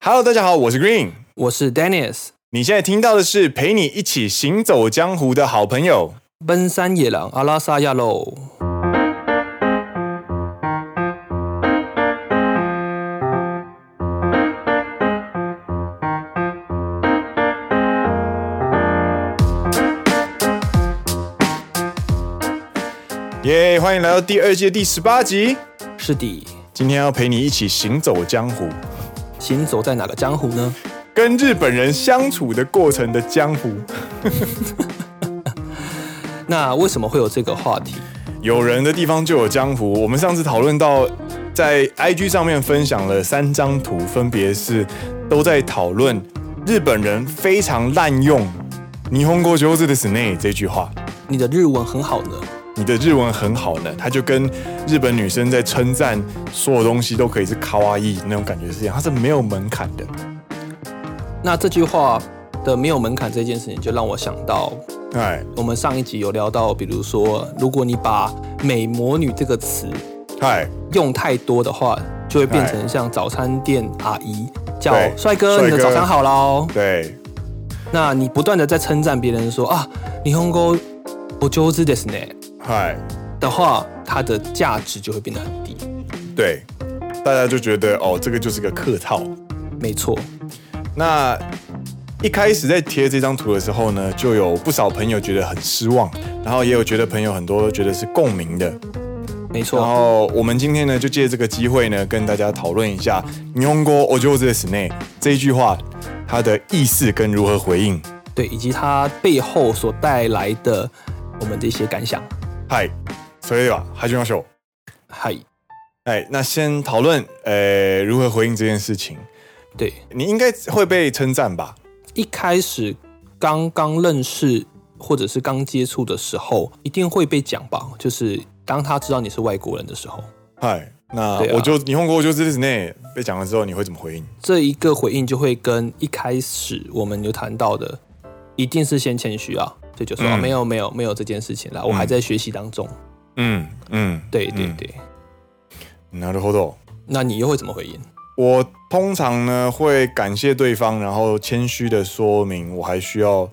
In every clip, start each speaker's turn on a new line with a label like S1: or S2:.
S1: Hello，大家好，我是 Green。
S2: 我是 Dennis，
S1: 你现在听到的是陪你一起行走江湖的好朋友。
S2: 奔山野狼阿拉萨亚喽。
S1: 耶、欢迎来到第二季的第十八集。
S2: 是的，
S1: 今天要陪你一起行走江湖，
S2: 行走在哪个江湖呢？
S1: 跟日本人相处的过程的江湖。
S2: 那为什么会有这个话题？
S1: 有人的地方就有江湖。我们上次讨论到，在 IG 上面分享了三张图，分别是都在讨论日本人非常滥用“霓虹国上ですね”这句话。
S2: 你的日文很好呢。
S1: 你的日文很好呢，他就跟日本女生在称赞所有东西都可以是卡哇伊那种感觉是一样，它是没有门槛的。
S2: 那这句话的没有门槛这件事情，就让我想到
S1: 哎，
S2: 我们上一集有聊到，比如说，如果你把“美魔女”这个词
S1: 嗨，
S2: 用太多的话，就会变成像早餐店阿姨叫“帅哥，
S1: 帅哥
S2: 你的早餐好喽
S1: 对，”。
S2: 那你不断的在称赞别人说啊，霓虹沟我就是ですね
S1: 嗨，
S2: 的话，它的价值就会变得很低。
S1: 对，大家就觉得哦，这个就是个客套。
S2: 没错，
S1: 那一开始在贴这张图的时候呢，就有不少朋友觉得很失望，然后也有觉得朋友很多觉得是共鸣的。
S2: 没
S1: 然
S2: 错，
S1: 后我们今天呢，就借这个机会呢，跟大家讨论一下“你用过我就是室内”这一句话，它的意思跟如何回应。
S2: 对，以及它背后所带来的我们的一些感想。
S1: 嗨，所以吧，啊还就要手。
S2: 嗨，
S1: 哎，那先讨论呃如何回应这件事情。
S2: 对，
S1: 你应该会被称赞吧？
S2: 一开始刚刚认识或者是刚接触的时候，一定会被讲吧，就是当他知道你是外国人的时候，
S1: 嗨，那
S2: 对啊
S1: 我就、你用过我就是室内被讲了之后，你会怎么回应？
S2: 这一个回应就会跟一开始我们有谈到的，一定是先谦虚啊，对，就说、
S1: 嗯
S2: 啊没有没有没有这件事情啦，我还在学习当中。
S1: 嗯嗯，
S2: 对对对，
S1: なるほど。
S2: 那你又会怎么回应？
S1: 我通常呢会感谢对方，然后谦虚的说明我还需要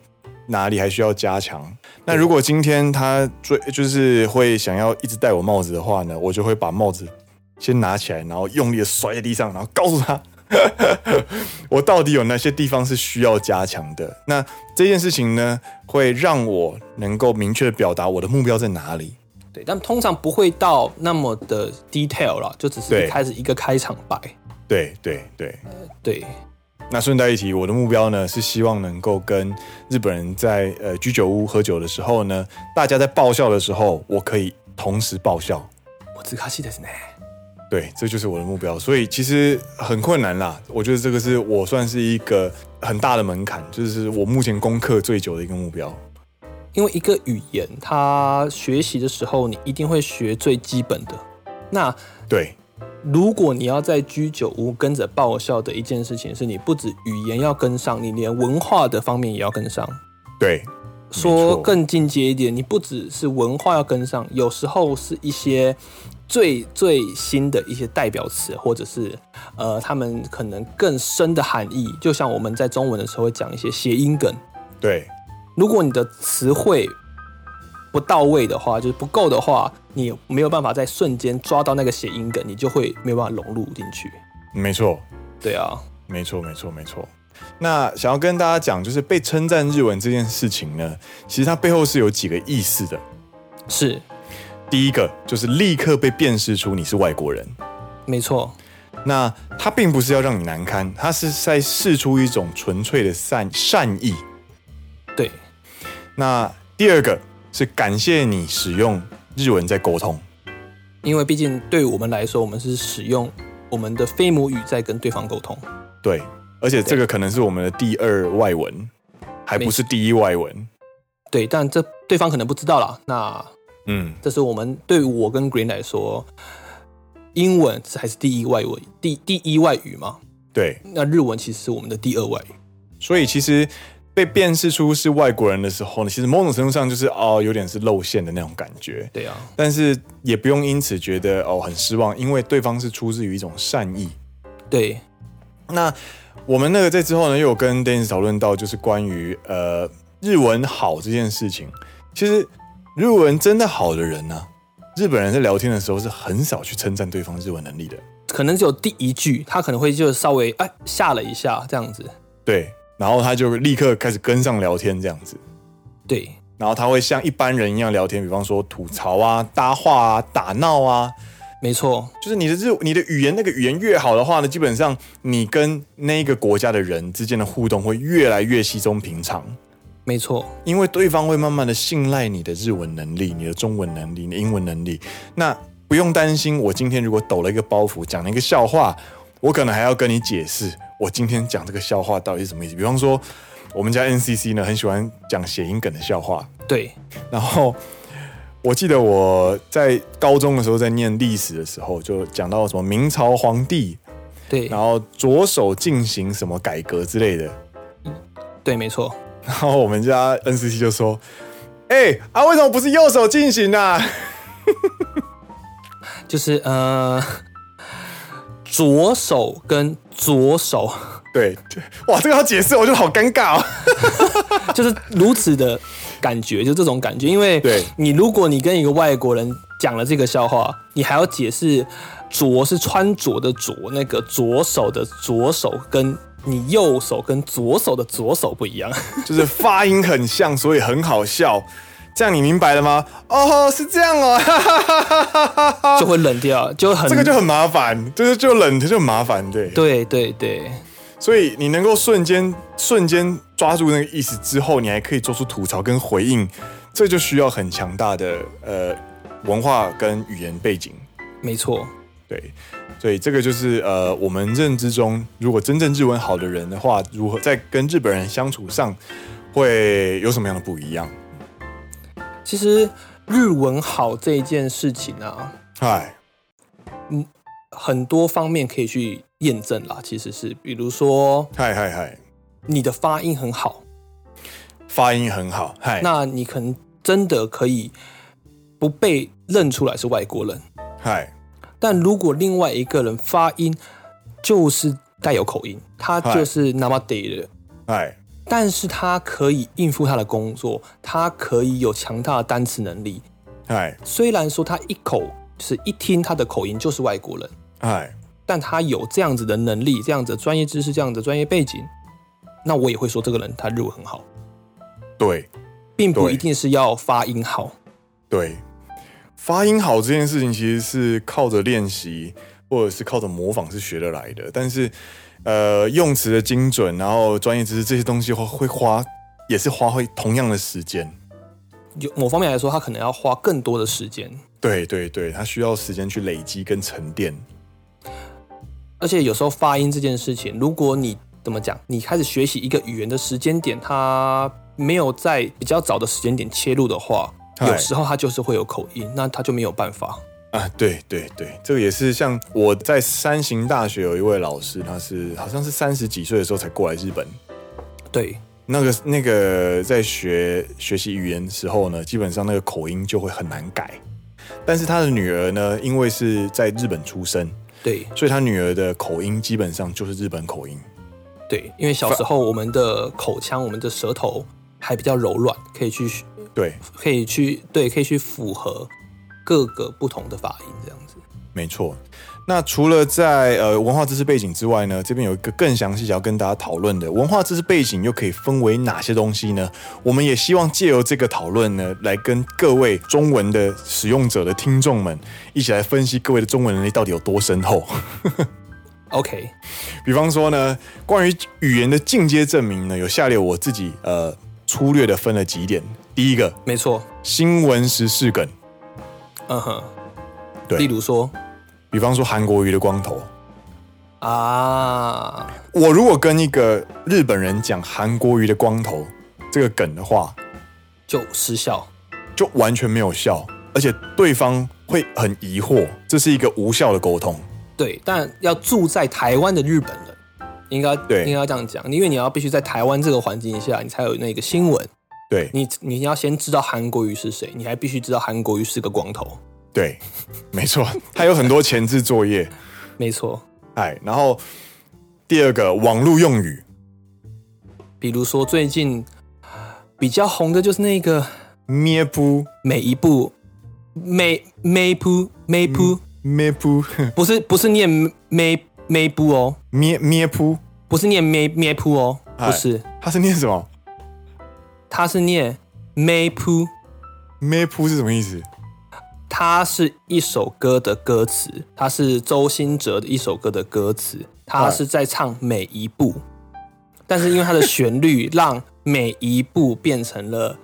S1: 哪里还需要加强。那如果今天他追就是会想要一直戴我帽子的话呢，我就会把帽子先拿起来，然后用力的摔在地上，然后告诉他 我到底有哪些地方是需要加强的。那这件事情呢，会让我能够明确地表达我的目标在哪里。
S2: 对，但通常不会到那么的 detail 啦，就只是
S1: 对
S2: 一开始一个开场白。
S1: 对对对，
S2: 对，
S1: 那顺带一提，我的目标呢是希望能够跟日本人在呃居酒屋喝酒的时候呢，大家在爆笑的时候，我可以同时爆笑。
S2: 我只卡西的是呢。
S1: 对，这就是我的目标。所以其实很困难啦，我觉得这个是我算是一个很大的门槛，就是我目前攻克最久的一个目标。
S2: 因为一个语言，它学习的时候，你一定会学最基本的。那
S1: 对，
S2: 如果你要在居酒屋跟着爆笑的一件事情，是你不止语言要跟上，你连文化的方面也要跟上。
S1: 对，
S2: 说更进阶一点，你不只是文化要跟上，有时候是一些最最新的一些代表词，或者是呃，他们可能更深的含义。就像我们在中文的时候会讲一些谐音梗，
S1: 对，
S2: 如果你的词汇不到位的话，就是不够的话，你没有办法在瞬间抓到那个谐音梗，你就会没有办法融入进去。
S1: 没错，
S2: 对啊，
S1: 没错，没错，没错。那想要跟大家讲，就是被称赞日文这件事情呢，其实它背后是有几个意思的。
S2: 是
S1: 第一个就是立刻被辨识出你是外国人。
S2: 没错，
S1: 那他并不是要让你难堪，他是在试出一种纯粹的善善意。
S2: 对，
S1: 那第二个是感谢你使用日文在沟通，
S2: 因为毕竟对我们来说，我们是使用我们的非母语在跟对方沟通。
S1: 对，而且这个可能是我们的第二外文，还不是第一外文。
S2: 对，但这对方可能不知道啦。那
S1: 嗯，
S2: 这是我们对我跟 Green 来说，英文还是第一外文，第第一外语嘛。
S1: 对，
S2: 那日文其实是我们的第二外语。
S1: 所以其实被辨识出是外国人的时候呢，其实某种程度上就是哦，有点是露馅的那种感觉。
S2: 对啊，
S1: 但是也不用因此觉得哦很失望，因为对方是出自于一种善意。
S2: 对，
S1: 那我们那个在之后呢，又有跟 Dennis 讨论到，就是关于呃日文好这件事情。其实日文真的好的人呢、日本人在聊天的时候是很少去称赞对方日文能力的。
S2: 可能只有第一句，他可能会就稍微哎吓了一下这样子。
S1: 对，然后他就立刻开始跟上聊天这样子，
S2: 对，
S1: 然后他会像一般人一样聊天，比方说吐槽啊、搭话啊、打闹啊，
S2: 没错，
S1: 就是你的日你的语言那个语言越好的话呢，基本上你跟那个国家的人之间的互动会越来越稀松平常，
S2: 没错，
S1: 因为对方会慢慢的信赖你的日文能力、你的中文能力、你的英文能力。那不用担心，我今天如果抖了一个包袱，讲了一个笑话，我可能还要跟你解释我今天讲这个笑话到底是什么意思。比方说，我们家 NCC 呢很喜欢讲谐音梗的笑话，
S2: 对，
S1: 然后我记得我在高中的时候在念历史的时候，就讲到什么明朝皇帝，
S2: 对
S1: 然，后着手进行什么改革之类的，
S2: 对，没错，
S1: 然后我们家 NCC 就说：“哎、啊，为什么不是右手进行啊？
S2: 就是呃， 左手跟左手
S1: 对，哇，这个要解释，我觉得好尴尬哦。
S2: 就是如此的感觉，就这种感觉。因为
S1: 对
S2: 你如果你跟一个外国人讲了这个笑话，你还要解释左是穿着的左，那个左手的左手跟你右手跟左手的左手不一样。
S1: 就是发音很像，所以很好笑。这样你明白了吗？哦，是这样哦， 哈哈哈哈哈哈哈
S2: 就会冷掉，就很
S1: 啊这个就很麻烦，就是就冷，就很麻烦，对。
S2: 对对对
S1: 所以你能够瞬间瞬间抓住那个意思之后，你还可以做出吐槽跟回应，这就需要很强大的呃文化跟语言背景。
S2: 没错，
S1: 对，所以这个就是呃，我们认知中，如果真正日文好的人的话，如何在跟日本人相处上会有什么样的不一样？
S2: 其实日文好这一件事情啊，
S1: 嗨，
S2: 很多方面可以去验证啦。其实是，比如说
S1: 嗨嗨嗨，
S2: 你的发音很好，
S1: 发音很好，嗨，
S2: 那你可能真的可以不被认出来是外国人。
S1: 嗨，
S2: 但如果另外一个人发音就是带有口音，他就是 namade 的，
S1: 嗨，
S2: 但是他可以应付他的工作，他可以有强大的单词能力，
S1: 嗨，
S2: 虽然说他一口就是一听他的口音就是外国人，
S1: 嗨，
S2: 但他有这样子的能力、这样子的专业知识、这样子的专业背景，那我也会说这个人他日文很好，
S1: 对
S2: 并不
S1: 对
S2: 一定是要发音好。
S1: 对，发音好这件事情其实是靠着练习或者是靠着模仿是学得来的，但是呃，用词的精准，然后专业知识这些东西会会花也是花费同样的时间。
S2: 有某方面来说，他可能要花更多的时间，
S1: 对对对，它需要时间去累积跟沉淀。
S2: 而且有时候发音这件事情，如果你怎么讲，你开始学习一个语言的时间点，它没有在比较早的时间点切入的话，
S1: 嗨
S2: 有时候它就是会有口音，那他就没有办法。
S1: 啊，对对对，这个也是像我在山形大学有一位老师，他是好像是三十几岁的时候才过来日本。
S2: 对，
S1: 那个那个在学学习语言的时候呢，基本上那个口音就会很难改。但是他的女儿呢，因为是在日本出生，
S2: 对，
S1: 所以他女儿的口音基本上就是日本口音。
S2: 对，因为小时候我们的口腔、我们的舌头还比较柔软，可以去
S1: 对，
S2: 可以去对，可以去符合各个不同的发音这样子。
S1: 没错。那除了在呃文化知识背景之外呢，这边有一个更详细想要跟大家讨论的文化知识背景，又可以分为哪些东西呢？我们也希望借由这个讨论呢，来跟各位中文的使用者的听众们一起来分析各位的中文能力到底有多深厚。
S2: OK，
S1: 比方说呢，关于语言的进阶证明呢，有下列我自己呃粗略的分了几点。第一个，
S2: 没错，
S1: 新闻时事梗，
S2: 嗯哼，
S1: 对
S2: 例如说
S1: 比方说韩国瑜的光头，
S2: 啊，
S1: 我如果跟一个日本人讲韩国瑜的光头这个梗的话，
S2: 就失效。
S1: 就完全没有效，而且对方会很疑惑，这是一个无效的沟通。
S2: 对，但要住在台湾的日本人，应该
S1: 对
S2: 应该要这样讲，因为你要必须在台湾这个环境下，你才有那个新闻。
S1: 对
S2: 你你要先知道韩国瑜是谁，你还必须知道韩国瑜是个光头。
S1: 对， 没错，他有很多前置作业。
S2: 没错，
S1: 哎，然后第二个网络用语，
S2: 比如说最近啊比较红的就是那个
S1: 咩噗
S2: 每一步每每步每步，
S1: 咩噗
S2: 不是不是念每每步哦，
S1: 咩咩噗，
S2: 不是念每每步哦，
S1: 哎
S2: 不是，
S1: 它是念什么？
S2: 它是念每步，
S1: 咩噗是什么意思？
S2: 它是一首歌的歌词，它是周兴哲的一首歌的歌词，它
S1: 哎
S2: 是在唱每一步，但是因为它的旋律让每一步变成了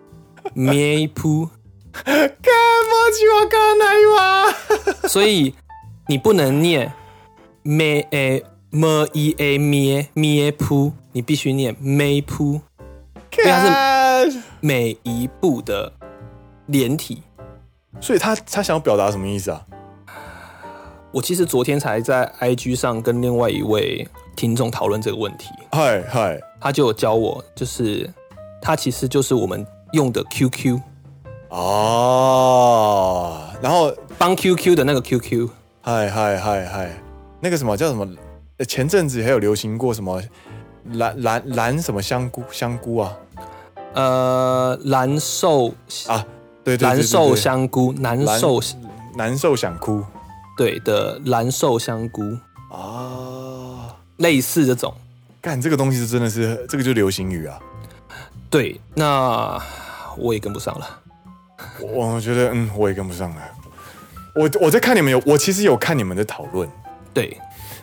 S2: 每步。
S1: 干嘛去我干哪哇？
S2: 所以你不能念咩诶么一诶咩咩扑，你必须念咩扑它
S1: 是，
S2: 每一步的连体。
S1: 所以他他想要表达什么意思啊？
S2: 我其实昨天才在 IG 上跟另外一位听众讨论这个问题，
S1: 嗨嗨，
S2: 他就有教我，就是它其实就是我们用的 QQ
S1: 哦，然后
S2: 帮 QQ 的那个 QQ，
S1: 嗨嗨嗨嗨，那个什么叫什么？呃前阵子还有流行过什么蓝蓝蓝什么香菇香菇啊
S2: 呃，蓝瘦
S1: 啊，对对对对
S2: 蓝瘦
S1: 对
S2: 香菇，难受
S1: 难受想哭
S2: 对的蓝瘦香菇，
S1: 啊！
S2: 类似这种。
S1: 干这个东西真的是这个就流行语啊！
S2: 对，那我也跟不上了。
S1: 我我觉得嗯，我也跟不上了。我我在看你们有，我其实有看你们的讨论，
S2: 对，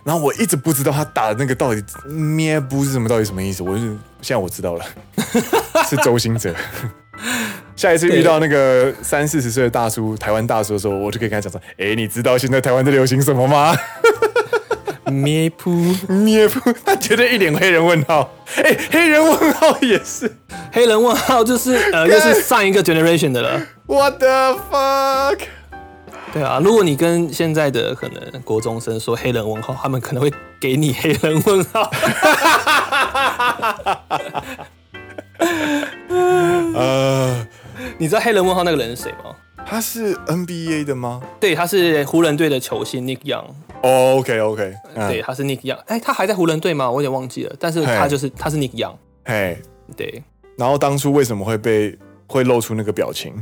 S1: 然后我一直不知道他打的那个到底咩不是什么到底什么意思，我就是现在我知道 了，是周星 哲。下一次遇到那个三四十岁的大叔，台湾大叔的时候，我就可以跟他讲说：“哎、你知道现在台湾在流行什么吗
S2: 咩噗，？”
S1: 咩不，他绝对一脸黑人问号。 哎、黑人问号也是
S2: 黑人问号就是呃，又是上一个 generation 的了。
S1: ，What the fuck？
S2: 对啊，如果你跟现在的可能国中生说黑人问号，他们可能会给你黑人问号。
S1: 呃，
S2: 你知道黑人问号那个人是谁吗？
S1: 他是 NBA 的吗、
S2: 对，他是湖人队的球星 Nick Young，、
S1: o k OK，嗯
S2: 对，，他是 Nick Young。哎，他还在湖人队吗？我有点忘记了，但是他
S1: 嘿
S2: 就是他是 Nick Young。
S1: 嘿，
S2: 对，
S1: 然后当初为什么会被会露出那个表情？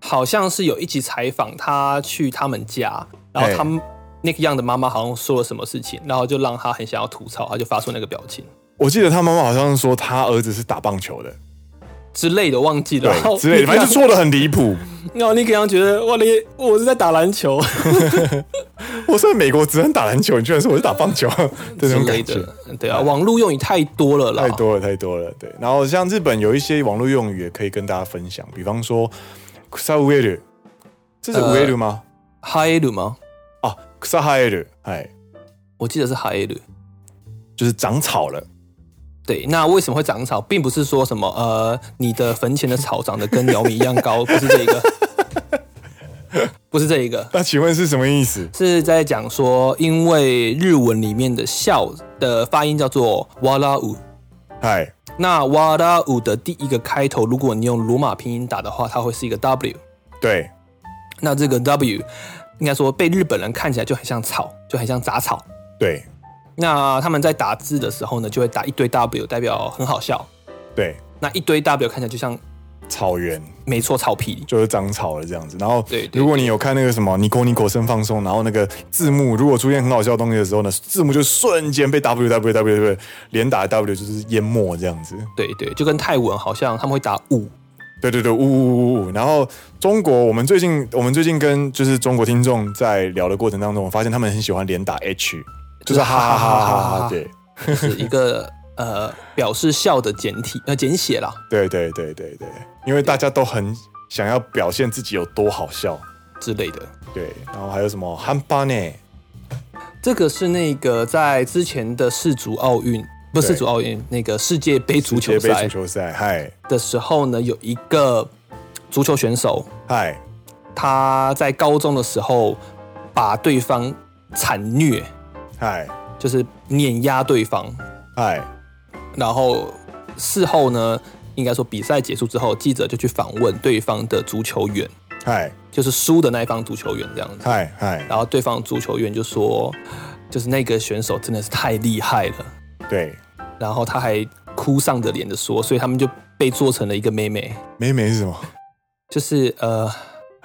S2: 好像是有一集采访他去他们家，然后
S1: 嘿
S2: 他们那个样的妈妈好像说了什么事情，然后就让他很想要吐槽，他就发出那个表情
S1: 我记得他妈妈好像说他儿子是打棒球的，
S2: 之类的，忘记了。然后
S1: 对，之类的，反正就
S2: 说，
S1: 做的很离谱。
S2: 然后那个样觉得哇，你我是在打篮球
S1: 我是在美国只能打篮球，你居然说我是打棒 球，这
S2: 之
S1: 种
S2: 类
S1: 感觉
S2: 的。对啊，网络用语太多了啦，
S1: 太多了太多了。对，然后像日本有一些网络用语也可以跟大家分享，比方说 “kusa ueru”，这是
S2: 呃
S1: “ueru” 吗？
S2: 哈 i 鲁吗？
S1: 啊，“kusa haeru”，哎，
S2: 我记得是哈 i 鲁。
S1: 就是长草了。
S2: 对，那为什么会长草，并不是说什么呃，你的坟前的草长得跟鸟米一样高，不是这一个，不是这一个。
S1: 那请问是什么意思？
S2: 是在讲说，因为日文里面的笑的发音叫做哇啦舞。
S1: 哎，
S2: 那哇啦舞的第一个开头，如果你用罗马拼音打的话，它会是一个 W。
S1: 对，
S2: 那这个 W 应该说被日本人看起来就很像草，就很像杂草。
S1: 对，
S2: 那他们在打字的时候呢，就会打一堆 W，代表很好笑。
S1: 对，
S2: 那一堆 W 看起来就像
S1: 草原。
S2: 没错草皮。
S1: 就是长草了这样子。然后
S2: 对，对
S1: 如果你有看那个什么《尼可尼可生放松》，然后那个字幕如果出现很好笑的东西的时候呢，字幕就瞬间被 W W W W 连打 W 就是淹没这样子。
S2: 对对，就跟泰文好像他们会打舞。
S1: 对对对，呜呜呜呜。然后中国，我们最近我们最近跟就是中国听众在聊的过程当中，我发现他们很喜欢连打 H，就是哈哈哈哈哈哈。对
S2: 就是一个呃表示笑的简体呃简写啦。
S1: 对对对对对，因为大家都很想要表现自己有多好笑。
S2: 之类的。
S1: 对，然后还有什么汉巴呢？
S2: 这个是那个在之前的世足奥运，不是
S1: 对
S2: 世足奥运，那个世界杯足球
S1: 世界杯
S2: 赛
S1: 足球赛，嗨
S2: 的时候呢，有一个足球选手，
S1: 嗨。
S2: 他在高中的时候把对方惨虐，
S1: 嗨
S2: 就是碾压对方，
S1: 嗨
S2: 然后事后呢，应该说比赛结束之后，记者就去访问对方的足球员，
S1: 嗨
S2: 就是输的那一方足球员这样子，
S1: 嗨嗨，
S2: 然后对方足球员就说，就是那个选手真的是太厉害了。
S1: 对，
S2: 然后他还哭丧着脸的说，所以他们就被做成了一个妹妹，
S1: 妹妹是什么？
S2: 就是呃，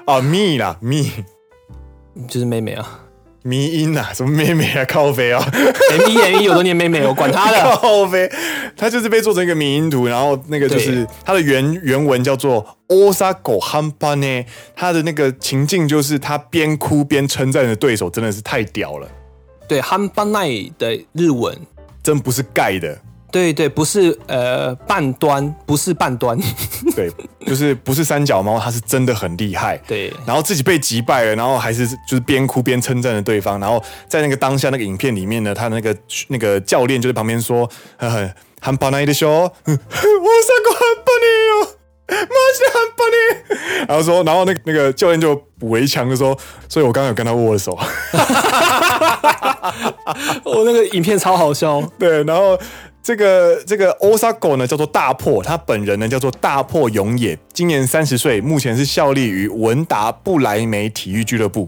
S1: 啊，蜜啦，蜜
S2: 就是妹妹啊
S1: 迷音啦，什么妹妹啊，靠飞啊，
S2: ，M E M E 我都念妹啊妹，我管他的，
S1: 靠飞，他就是被做成一个迷音图，然后那个就是他的原原文叫做 Osako Hampane，他的那个情境就是他边哭边称赞的对手真的是太屌了，
S2: 对，汉巴奈的日文。
S1: 真不是盖的，
S2: 对对，不是呃半端，不是半端，
S1: 对，就是不是三脚猫，他是真的很厉害，
S2: 对
S1: 然后自己被击败了，然后还是就是边哭边称赞着对方，然后在那个当下那个影片里面呢，他那个那个教练就在旁边说，呵呵，很巴奈的笑，我上过很巴奈哦。马上很棒呢， 然后说，然后那个那个教练就补了一枪，就说，所以我刚刚有跟他握手，
S2: 我那个影片超好笑，
S1: 对，然后这个这个 Osako 呢叫做大破，他本人呢叫做大破永野，今年三十岁，目前是效力于文达布莱梅体育俱乐部，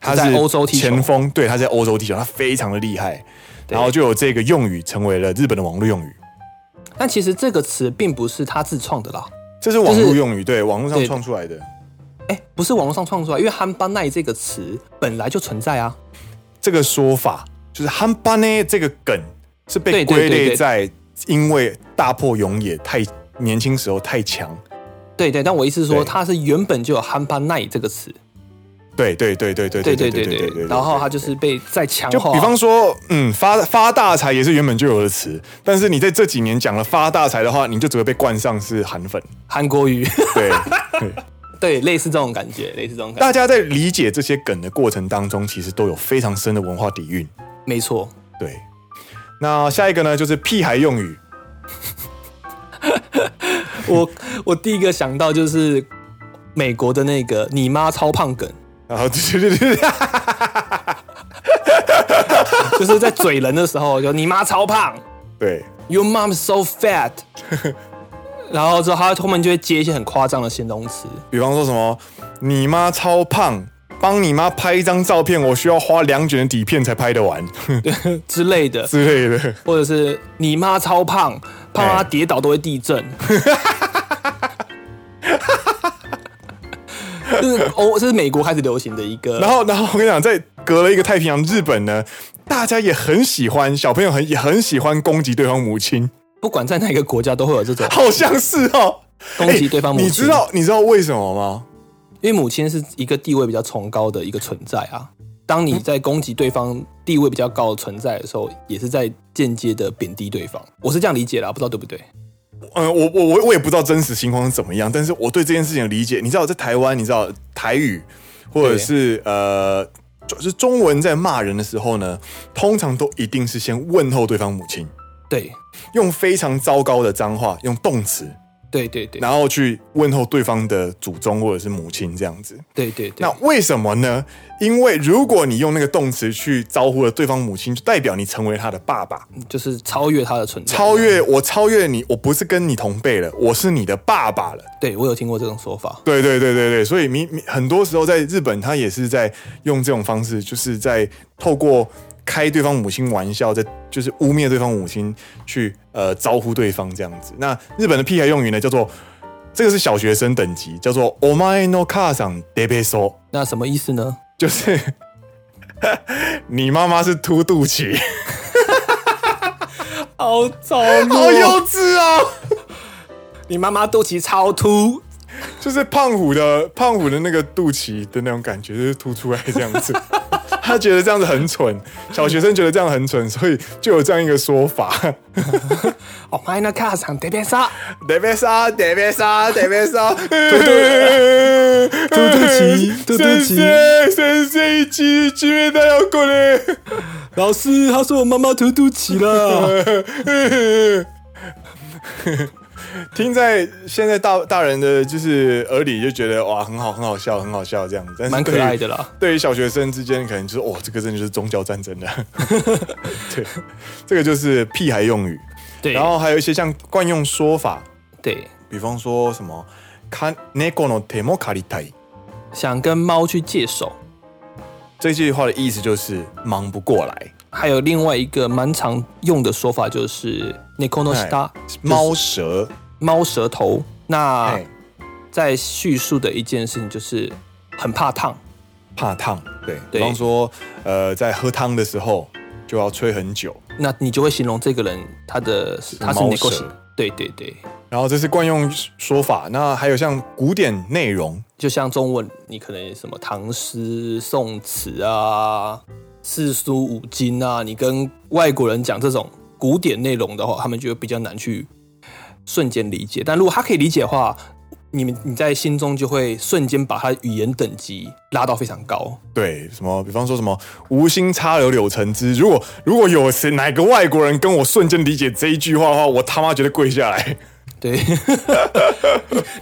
S1: 他
S2: 在
S1: 是
S2: 欧洲踢球
S1: 前锋，对，他在欧洲踢球，他非常的厉害，然后就有这个用语成为了日本的网络用语，
S2: 但其实这个词并不是他自创的啦，
S1: 这是网
S2: 就
S1: 络
S2: 是
S1: 用语，对，网络上
S2: 对
S1: 创出来的。
S2: 哎，不是网络上创出来，因为汉巴奈这个词本来就存在啊，
S1: 这个说法，就是汉巴呢这个梗是被
S2: 对对
S1: 归
S2: 对
S1: 类
S2: 对
S1: 在因为大破永野太年轻时候太强，
S2: 对对，但我意思是说
S1: 对
S2: 它是原本就有汉巴奈这个词，
S1: 对对对对对
S2: 对
S1: 对
S2: 对
S1: 对
S2: 对
S1: 对对，
S2: 对，然后它就是被再强
S1: 就
S2: 化，
S1: 比方说，嗯，发发大财也是原本就有的词，但是你在这几年讲了发大财的话，你就只会被冠上是韩粉。
S2: 韩国语，
S1: 对，
S2: 对，类似这种感觉，类似这种感觉，
S1: 大家在理解这些梗的过程当中，其实都有非常深的文化底蕴。
S2: 没错，
S1: 对，那下一个呢，就是屁孩用语。
S2: 我我第一个想到就是美国的那个你妈超胖梗，
S1: 然后对对对对，
S2: 就是在嘴人的时候就你妈超胖。
S1: 对
S2: Your mom's so fat 。然后之后他后面就会接一些很夸张的形容词，
S1: 比方说什么，你妈超胖，帮你妈拍一张照片，我需要花两卷的底片才拍得完
S2: 之类的，
S1: 之类的。
S2: 或者是你妈超胖，胖到她跌倒都会 地震。这是欧，这是美国开始流行的一
S1: 然
S2: 个，
S1: 后，然后我跟你讲，在隔了一个太平洋，日本呢，大家也很喜欢，小朋友很也很喜欢攻击对方母亲，
S2: 不管在哪个国家都会有这种
S1: 好像是哦，
S2: 攻击对方母
S1: 你
S2: 亲。
S1: 知，道你知道为什么吗？
S2: 因为母亲是一个地位比较崇高的一个存在啊。当你在攻击对方地位比较高的存在的时候，也是在间接的贬低对方。我是这样理解啦，不知道对不对？
S1: 嗯，我我我我也不知道真实情况是怎么样，但是我对这件事情的理解，你知道，在台湾，你知道台语或者
S2: 对
S1: 是呃，就是中文在骂人的时候呢，通常都一定是先问候对方母亲，
S2: 对，
S1: 用非常糟糕的脏话，用动词，
S2: 对对对，
S1: 然后去问候对方的祖宗或者是母亲这样子。
S2: 对对对，
S1: 那为什么呢？因为如果你用那个动词去招呼了对方母亲，就代表你成为他的爸爸，
S2: 就是超越他的存在。
S1: 超，越我，超越你，我不是跟你同辈了，我是你的爸爸了。
S2: 对我有听过这种说法。
S1: 对对对对对，所以你你很多时候在日本，他也是在用这种方式，就是在透过开对方母亲玩笑，在就是污蔑对方母亲，去呃招呼对方这样子。那日本的屁孩用语呢，叫做这个是小学生等级，叫做 “omae no ka san de b e so”。
S2: 那什么意思呢？
S1: 就是 你妈妈是凸肚脐，
S2: 好糟
S1: 好
S2: 糕
S1: 幼稚哦！
S2: 你妈妈肚脐超凸，
S1: 就是胖虎的胖虎的那个肚脐的那种感觉，就是凸出来这样子。 他觉得这样子很蠢，小学生觉得这样很蠢，所以就有这样一个说法：
S2: 哦，麦那卡上得边杀，
S1: 得别杀，得别杀，得别杀，凸
S2: 肚脐
S1: 肚
S2: 肚肚脐
S1: 先生一起去面大要过来。
S2: 老师，他说我妈妈凸肚脐了。
S1: 听在现在大大人的就是耳里就觉得哇很好很好笑很好笑这样子，但是
S2: 蛮可
S1: 对于
S2: 爱的啦。
S1: 对于小学生之间，可能就是哦这个真的就是宗教战争了。 对，这个就是屁孩用语。
S2: 对，
S1: 然后还有一些像惯用说法，
S2: 对，
S1: 比方说什么“看 neko no temo k a r i t a
S2: 想跟猫去借手，
S1: 这句话的意思就是忙不过来，
S2: 还有另外一个蛮常用的说法就是 n i k o n o s t a
S1: 猫舌，
S2: 猫舌头。那
S1: 哎，
S2: 在叙述的一件事情就是很怕烫，
S1: 怕烫，对，比
S2: 对
S1: 方说，呃，在喝汤的时候就要吹很久，
S2: 那你就会形容这个人他的他是
S1: 猫
S2: n i k o
S1: 舌
S2: 对对对，
S1: 然后这是惯用说法。那还有像古典内容，
S2: 就像中文，你可能什么唐诗宋词啊、四书五经啊，你跟外国人讲这种古典内容的话，他们就比较难去瞬间理解。但如果他可以理解的话，你们你在心中就会瞬间把他语言等级拉到非常高。
S1: 对，什么，比方说什么“无心插柳柳成枝”，如果如果有谁哪个外国人跟我瞬间理解这一句话的话，我他妈绝对跪下 来。
S2: 对，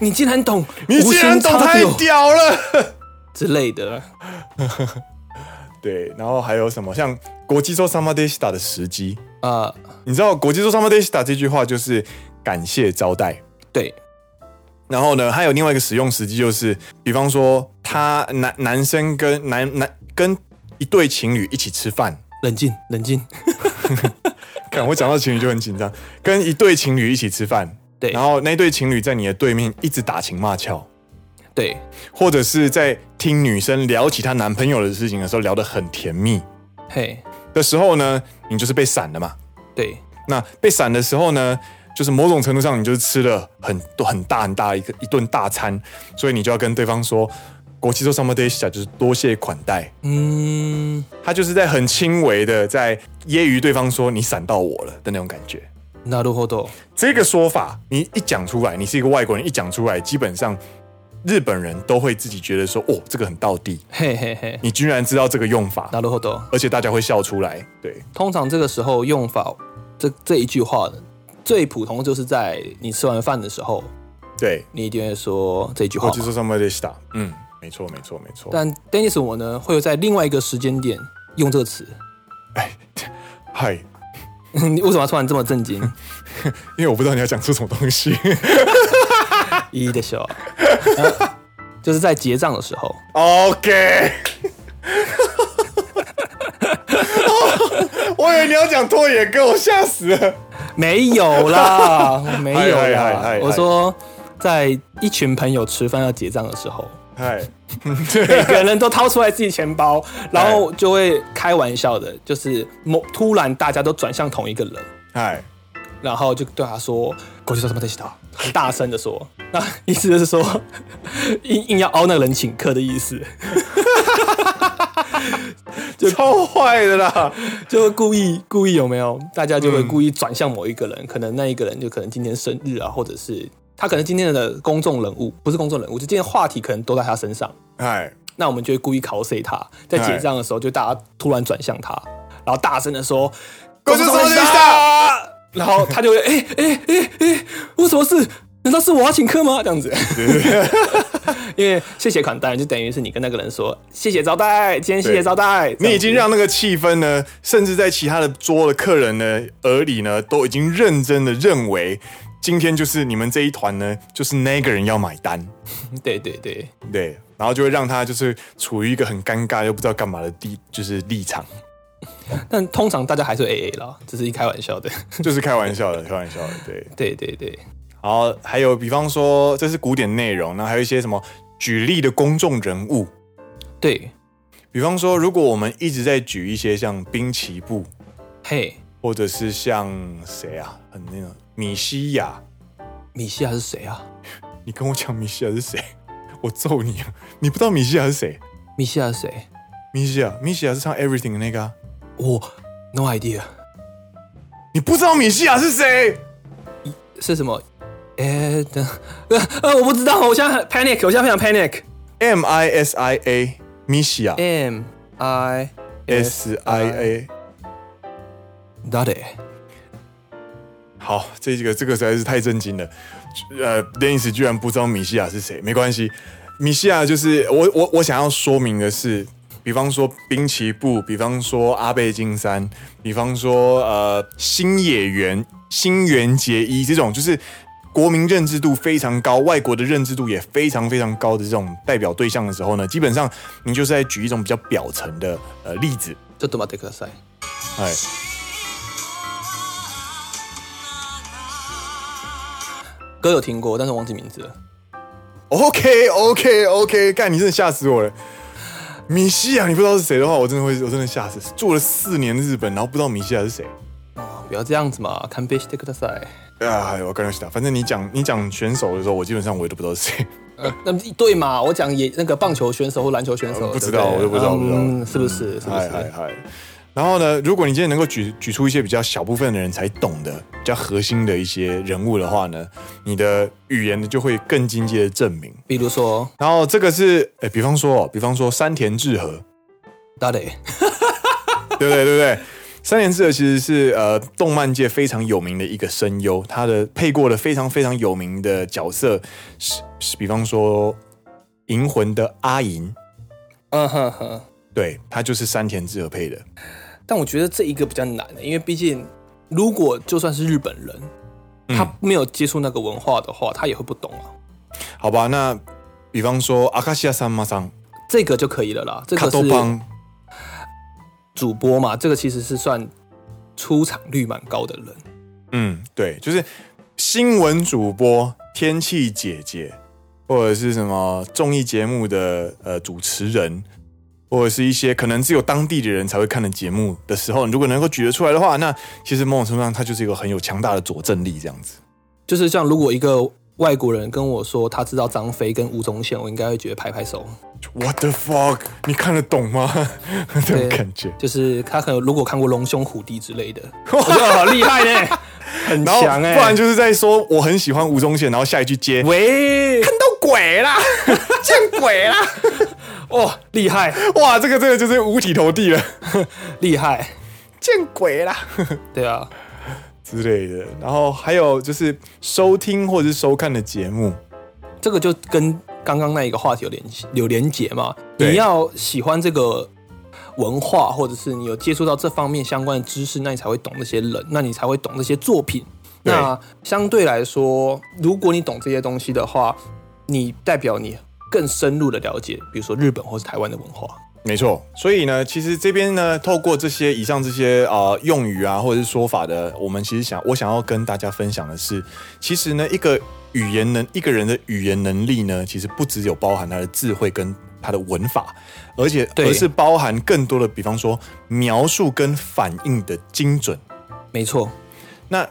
S2: 你竟然懂，
S1: 你竟然懂
S2: 无心插
S1: 太
S2: 柳
S1: 屌了！
S2: 之类的，
S1: 对，然后还有什么像“国际说 s a m a d e s t a 的时机，
S2: 呃，
S1: 你知道“国际说 s a m a d e s t a 这句话就是感谢招待。
S2: 对，
S1: 然后呢，还有另外一个使用时机，就是比方说他男男生跟男男跟一对情侣一起吃饭，
S2: 冷静，冷静，
S1: 看我讲到情侣就很紧张，跟一对情侣一起吃饭，
S2: 对
S1: 然后那对情侣在你的对面一直打情骂俏，
S2: 对，
S1: 或者是在听女生聊起她男朋友的事情的时候聊得很甜蜜
S2: 嘿，
S1: 的时候呢，你就是被闪了嘛。
S2: 对，
S1: 那被闪的时候呢，就是某种程度上你就是吃了很多很大很大一个一顿大餐，所以你就要跟对方说“国际做 summer day 就是多谢款待。
S2: 嗯，
S1: 他就是在很轻微的在揶揄对方说“你闪到我了”的那种感觉。
S2: なるほど。
S1: 这个说法你一讲出来，你是一个外国人一讲出来，基本上日本人都会自己觉得说：“哦，这个很道地，
S2: 嘿嘿嘿，
S1: 你居然知道这个用法。
S2: なるほど”。
S1: 而且大家会笑出来，对
S2: 通常这个时候用法，这这一句话最普通就是在你吃完饭的时候，
S1: 对，
S2: 你一定会说这句话
S1: 国
S2: 嘛
S1: 际。做 summer day 嗯，没错，没错，没错。
S2: 但 Dennis 我呢，会在另外一个时间点用这个词。
S1: 嗨，
S2: 你为什么要突然这么震惊？
S1: 因为我不知道你要讲出什么东 西
S2: 一的笑、 呃就是在结账的时候，
S1: ，OK。我以为你要讲拖野哥，我吓死了。
S2: 没有啦，没有
S1: 嗨嗨嗨
S2: 啦
S1: 嗨。
S2: 我说，在一群朋友吃饭要结账的时候，
S1: 嗨，
S2: 每个人都掏出来自己钱包，然后就会开玩笑的，就是某突然大家都转向同一个人，
S1: 嗨，
S2: 然后就对他说“过去说什么东西的”，很大声的说，那意思就是说硬硬要凹那个人请客的意思，
S1: 超坏的啦！
S2: 就会故意故意有没有？大家就会故意转向某一个人，可能那一个人就可能今天生日啊，或者是他可能今天的公众人物不是公众人物，就今天的话题可能都在他身上。
S1: 嗨，
S2: 那我们就会故意 cos 他，在
S1: 哎
S2: 结账的时候就大家突然转向他，然后大声的说“
S1: 恭喜恭喜
S2: 大”，然后他就会哎哎哎哎，我什么事？难道是我要请客吗？这样子， 因为谢谢款待就等于是你跟那个人说谢谢招待，今天谢谢招待，
S1: 你已
S2: 这
S1: 经
S2: 样子
S1: 让那个气氛呢，甚至在其他的桌的客人呢耳里呢，都已经认真的认为，今天就是你们这一团呢，就是那个人要买单，
S2: 对对对
S1: 对，然后就会让他就是处于一个很尴尬又不知道干嘛的地，就是立场，
S2: 但通常大家还是 A A 啦，只是一开玩笑的，
S1: 就是开玩笑的，开玩笑的，对。
S2: 对对对，
S1: 然后还有，比方说这是古典内容，那还有一些什么举例的公众人物，
S2: 对，
S1: 比方说，如果我们一直在举一些像滨崎步，
S2: 嘿，
S1: 或者是像谁啊，很那个米西亚，
S2: 米西亚是谁啊？
S1: 你跟我讲米西亚是谁， 我揍你啊！你不知道米西亚是谁？
S2: 米西亚是谁？
S1: 米西亚，米西亚是唱 Everything 的那个、啊，
S2: 我、no idea。
S1: 你不知道米西亚是谁？
S2: 是什么？哎、等，呃 呃，我不知道，我现在很 panic，我现在非常 panic。
S1: M I S I A 米西亚
S2: M I
S1: S I A。
S2: 誰？
S1: 好，这个这个实在是太震惊了。呃，Dennis 居然不知道米西亚是谁，没关系。米西亚就是我我我想要说明的是，比方说滨崎步，比方说阿倍晋三，比方说呃新野原新垣结衣这种，就是国民认知度非常高，外国的认知度也非常非常高的这种代表对象的时候呢，基本上你就是在举一种比较表层的呃例子。
S2: ちょっと待ってください。
S1: 哎，
S2: 歌有听过，但是我忘记名字了。
S1: OK OK OK，干你真的吓死我了！米西亚，你不知道是谁的话，我真的会，我真的吓死。做了四年日本，然后不知道米西亚是谁。
S2: 啊不要这样子嘛，看贝西特克大赛。
S1: 啊，我刚刚想，反正你讲你讲选手的时候，我基本上我也都不知道是谁。
S2: 呃，那么一对嘛，我讲也那个棒球选手或篮球选手，
S1: 呃不知
S2: 对
S1: 道
S2: 对
S1: 我就不知道不知道
S2: 嗯，是不是？是不
S1: 嗨
S2: 是？
S1: 嗨嗨！然后呢，如果你今天能够举举出一些比较小部分的人才懂的、比较核心的一些人物的话呢，你的语言就会更精阶的证明。
S2: 比如说，
S1: 然后这个是，哎，比方说，哦，比方说山田智和，
S2: 大磊，
S1: 对不对？对不对？三田智和其实是呃动漫界非常有名的一个声优，他的配过的非常非常有名的角色是，是比方说《银魂》的阿银，
S2: 嗯哼哼。
S1: 对他就是山田智和配的。
S2: 但我觉得这一个比较难的，因为毕竟如果就算是日本人，
S1: 嗯
S2: 他没有接触那个文化的话，他也会不懂啊。
S1: 好吧，那比方说阿卡西亚三马桑、
S2: 这个就可以了啦，这
S1: 卡
S2: 个
S1: 多
S2: 是
S1: 邦，
S2: 主播嘛，这个其实是算出场率蛮高的人。
S1: 嗯，对，就是新闻主播、天气姐姐，或者是什么综艺节目的呃主持人，或者是一些可能只有当地的人才会看的节目的时候，如果能够举得出来的话，那其实某种程度上，它就是一个很有强大的佐证力，这样子。
S2: 就是像如果一个外国人跟我说他知道张飞跟吴宗宪，我应该会觉得拍拍手。
S1: What the fuck？你看得懂吗？ 这种
S2: 对
S1: 感觉。
S2: 就是他可能如果看过《龙兄虎弟》之类的，我觉得好厉害呢、 很
S1: 然后，
S2: 强哎、
S1: 不然就是在说我很喜欢吴宗宪，然后下一句接
S2: 喂，
S1: 看到鬼啦，见鬼啦！
S2: 哦，厉害
S1: 哇，这个真的就是五体投地了，
S2: 厉害，
S1: 见鬼啦！
S2: 对啊，
S1: 之类的。然后还有就是收听或者是收看的节目，
S2: 这个就跟刚刚那一个话题有联系有连结嘛。
S1: 对
S2: 你要喜欢这个文化，或者是你有接触到这方面相关的知识，那你才会懂这些人，那你才会懂这些作品。
S1: 对
S2: 那相对来说，如果你懂这些东西的话，你代表你更深入的了解，比如说日本或是台湾的文化。
S1: 没错。所以呢，其实这边呢，透过这些以上这些啊、呃用语啊，或者是说法的，我们其实想我想要跟大家分享的是，其实呢，一个语言能一个人的语言能力呢，其实不只有包含他的智慧跟他的文法，而且
S2: 对
S1: 而是包含更多的，比方说描述跟反应的精准。
S2: 没错，
S1: 那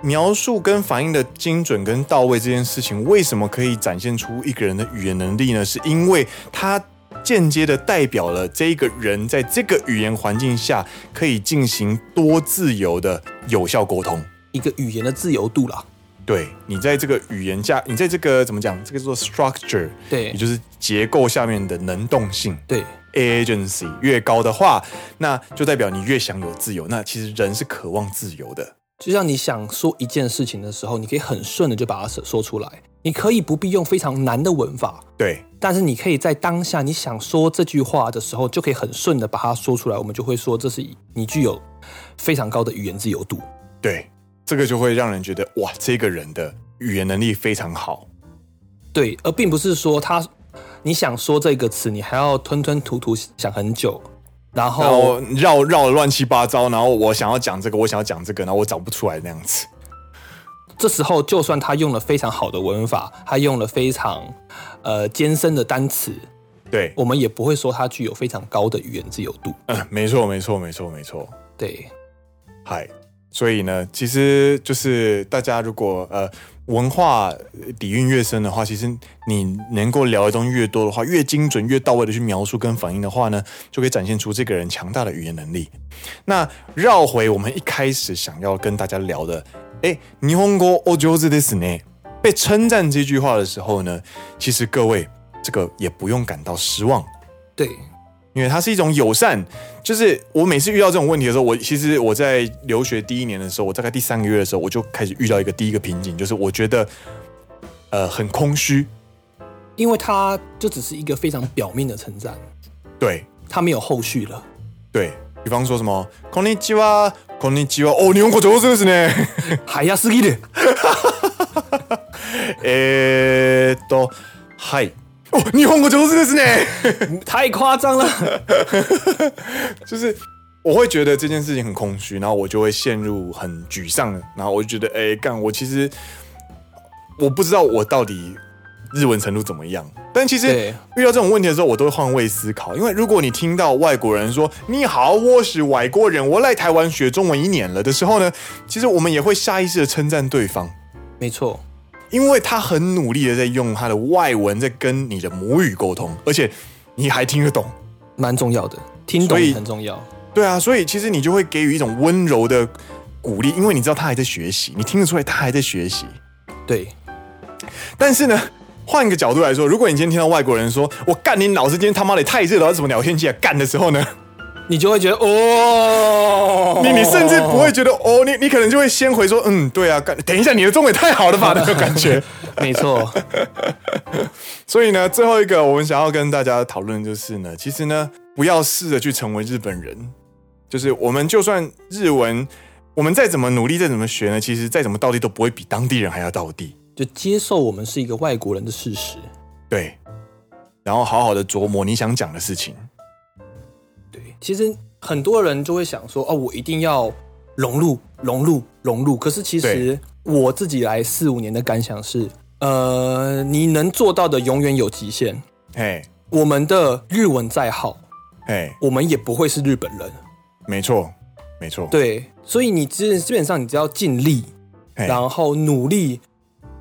S1: 描述跟反应的精准跟到位这件事情，为什么可以展现出一个人的语言能力呢？是因为它间接的代表了这一个人在这个语言环境下可以进行多自由的有效沟通。
S2: 一个语言的自由度啦。
S1: 对你在这个语言下，你在这个怎么讲？这个叫做 structure，
S2: 对
S1: 也就是结构下面的能动性。
S2: 对，
S1: agency 越高的话，那就代表你越享有自由。那其实人是渴望自由的。
S2: 就像你想说一件事情的时候，你可以很顺的就把它说说出来，你可以不必用非常难的文法，
S1: 对，
S2: 但是你可以在当下你想说这句话的时候，就可以很顺的把它说出来，我们就会说这是你具有非常高的语言自由度。
S1: 对，这个就会让人觉得哇，这个人的语言能力非常好。
S2: 对，而并不是说他你想说这个词，你还要吞吞吐吐想很久，然
S1: 然后
S2: 后
S1: 绕绕的乱七八糟，然后我想要讲这个，我想要讲这个，然后我找不出来那样子。
S2: 这时候就算他用了非常好的文法，他用了非常呃艰深的单词，
S1: 对，
S2: 我们也不会说他具有非常高的语言自由度。
S1: 嗯，没错，没错，没错，没错。
S2: 对，
S1: 嗨，所以呢，其实就是大家如果呃文化底蕴越深的话，其实你能够聊的东西越多的话，越精准、越到位的去描述跟反应的话呢，就可以展现出这个人强大的语言能力。那绕回我们一开始想要跟大家聊的，哎，霓虹国欧洲这ですね，被称赞这句话的时候呢，其实各位这个也不用感到失望。
S2: 对，
S1: 因为它是一种友善。就是我每次遇到这种问题的时候，我其实我在留学第一年的时候，我大概第三个月的时候，我就开始遇到一个第一个瓶颈，就是我觉得呃很空虚，
S2: 因为他就只是一个非常表面的称赞，
S1: 对
S2: 他没有后续了。
S1: 对。比方说什么“こんにちは”，“こんにちは”，哦，日本語上手ですね。
S2: 还要すぎる。
S1: えーっと、はい。哦，日本語上手ですね。
S2: 太夸张了。
S1: 就是我会觉得这件事情很空虚，然后我就会陷入很沮丧，然后我就觉得，哎、干，我其实我不知道我到底日文程度怎么样。但其实
S2: 对
S1: 遇到这种问题的时候，我都会换位思考，因为如果你听到外国人说“你好，我是外国人，我来台湾学中文一年了”的时候呢，其实我们也会下意识的称赞对方。
S2: 没错，
S1: 因为他很努力的在用他的外文在跟你的母语沟通，而且你还听得懂，
S2: 蛮重要的，听懂
S1: 所以
S2: 很重要。
S1: 对啊，所以其实你就会给予一种温柔的鼓励，因为你知道他还在学习，你听得出来他还在学习。
S2: 对，
S1: 但是呢， 换一个角度来说，如果你今天听到外国人说“我干你老师，今天他妈的也太热了，怎么聊天气啊？”干的时候呢，
S2: 你就会觉得哦，
S1: 你你甚至不会觉得哦，你你可能就会先回说“嗯，对啊，干”，等一下你的中文也太好了吧那种感觉。
S2: 没错，
S1: 所以呢，最后一个我们想要跟大家讨论的就是呢，其实呢，不要试着去成为日本人，就是我们就算日文，我们再怎么努力，再怎么学呢，其实再怎么到地都不会比当地人还要到地。
S2: 就接受我们是一个外国人的事实。
S1: 对，然后好好的琢磨你想讲的事情。
S2: 对，其实很多人就会想说，哦，我一定要融入、融入、融入。可是其实
S1: 对
S2: 我自己来四五年的感想是，呃，你能做到的永远有极限。
S1: 嘿，
S2: 我们的日文再好，
S1: 嘿，
S2: 我们也不会是日本人。
S1: 没错，没错。
S2: 对，所以你基基本上你只要尽力，
S1: 嘿，
S2: 然后努力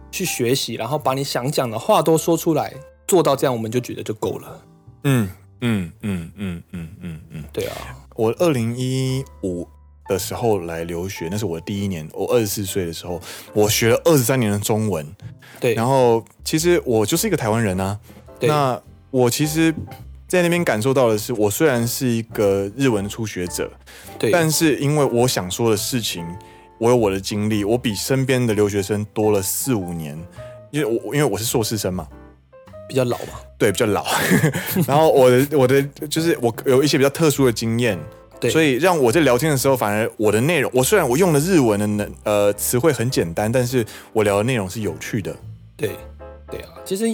S2: 去学习，然后把你想讲的话都说出来，做到这样，我们就觉得就够了。
S1: 嗯嗯嗯嗯嗯嗯嗯，
S2: 对啊，
S1: 我二零一五的时候来留学，那是我第一年，我二十四岁的时候，我学了二十三年的中文。
S2: 对，
S1: 然后其实我就是一个台湾人啊。
S2: 对
S1: 那我其实，在那边感受到的是，我虽然是一个日文初学者，
S2: 对，
S1: 但是因为我想说的事情，我有我的经历，我比身边的留学生多了四五年，因为我因为我是硕士生嘛，
S2: 比较老嘛，
S1: 对，比较 老。然后我的我的就是我有一些比较特殊的经验，
S2: 对，
S1: 所以让我在聊天的时候，反而我的内容，我虽然我用的日文的能呃词汇很简单，但是我聊的内容是有趣的。
S2: 对，对啊，其实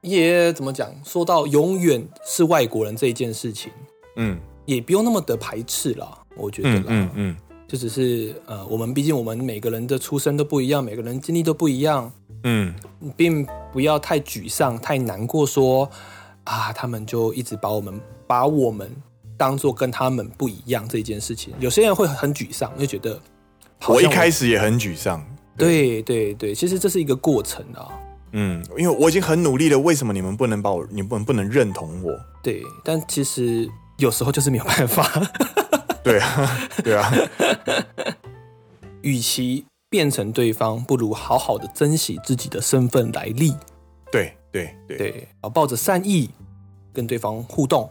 S2: 也怎么讲，说到永远是外国人这一件事情，
S1: 嗯
S2: 也不用那么的排斥啦，我觉得啦，
S1: 嗯嗯嗯，
S2: 就只是呃，我们毕竟我们每个人的出身都不一样，每个人经历都不一样，
S1: 嗯，
S2: 你并不要太沮丧、太难过说，啊，他们就一直把我们把我们当做跟他们不一样这一件事情。有些人会很沮丧，会觉得好
S1: 我
S2: 像
S1: 一开始也很沮丧，
S2: 对对对，其实这是一个过程啊。
S1: 嗯，因为我已经很努力了，为什么你们不能把我，你们不能认同我？
S2: 对，但其实有时候就是没有办法。
S1: 对 啊，对啊，
S2: 与其变成对方，不如好好的珍惜自己的身份来历。
S1: 对对对
S2: 对，啊，抱着善意跟对方互动，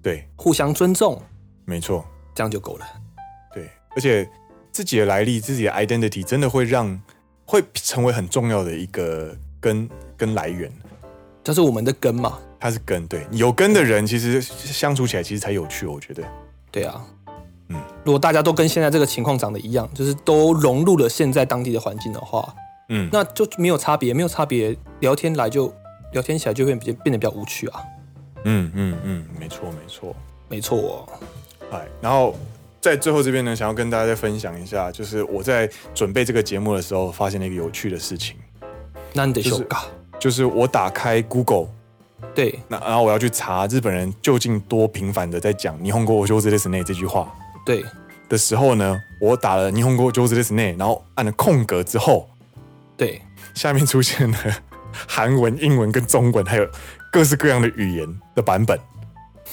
S1: 对，
S2: 互相尊重，
S1: 没错，
S2: 这样就够了。
S1: 对，而且自己的来历、自己的 identity 真的会让会成为很重要的一个根跟来源，
S2: 这是我们的根嘛。
S1: 它是根，对，有根的人其实相处起来其实才有趣，我觉得，
S2: 对啊，
S1: 嗯
S2: 如果大家都跟现在这个情况长得一样，就是都融入了现在当地的环境的话，
S1: 嗯，
S2: 那就没有差别，没有差别，聊天来就聊天起来就会比较变得比较无趣啊。
S1: 嗯嗯嗯，没错没错。
S2: 没错、哦，
S1: 哎，然后在最后这边呢，想要跟大家再分享一下，就是我在准备这个节目的时候，发现了一个有趣的事情，
S2: なんでし
S1: 就
S2: ょう
S1: 是
S2: か？
S1: 就是我打开 Google，
S2: 对
S1: 那然后我要去查日本人究竟多频繁的在讲“霓虹国 j o s e s n 这句话
S2: 对，
S1: 的时候呢，我打了“霓虹国 j o s e s n 然后按了空格之后，
S2: 对，
S1: 下面出现了韩文、英文跟中文，还有各式各样的语言的版本。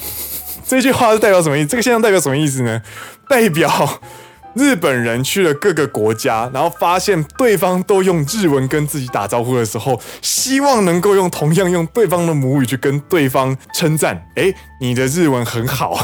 S1: 这句话是代表什么意思？这个现象代表什么意思呢？代表日本人去了各个国家，然后发现对方都用日文跟自己打招呼的时候，希望能够用同样用对方的母语去跟对方称赞。诶，你的日文很好，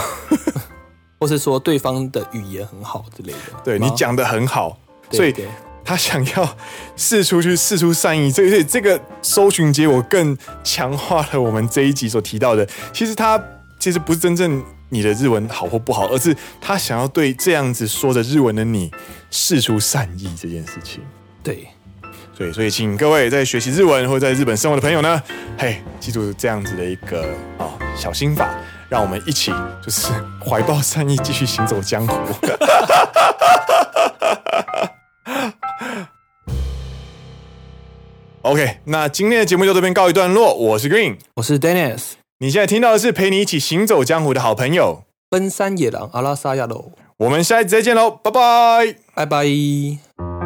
S2: 或是说对方的语言很好之类的。
S1: 对
S2: 吗
S1: 你，讲的很好，
S2: 对
S1: 所以
S2: 啊对
S1: 他想要试出去试出善意，这这这个搜寻结果更强化了我们这一集所提到的，其实他其实不是真正你的日文好或不好，而是他想要对这样子说着日文的你试出善意这件事情。
S2: 对，
S1: 所以，所以请各位在学习日文或者在日本生活的朋友呢，嘿，记住这样子的一个啊、哦小心法，让我们一起就是 怀抱善意，继续行走江湖。OK，那今天的节目就这边告一段落。我是 Green，
S2: 我是 Dennis，
S1: 你现在听到的是陪你一起行走江湖的好朋友。
S2: 奔山野狼阿拉萨亚喽，
S1: 我们下一集再见喽，拜拜。
S2: 拜拜。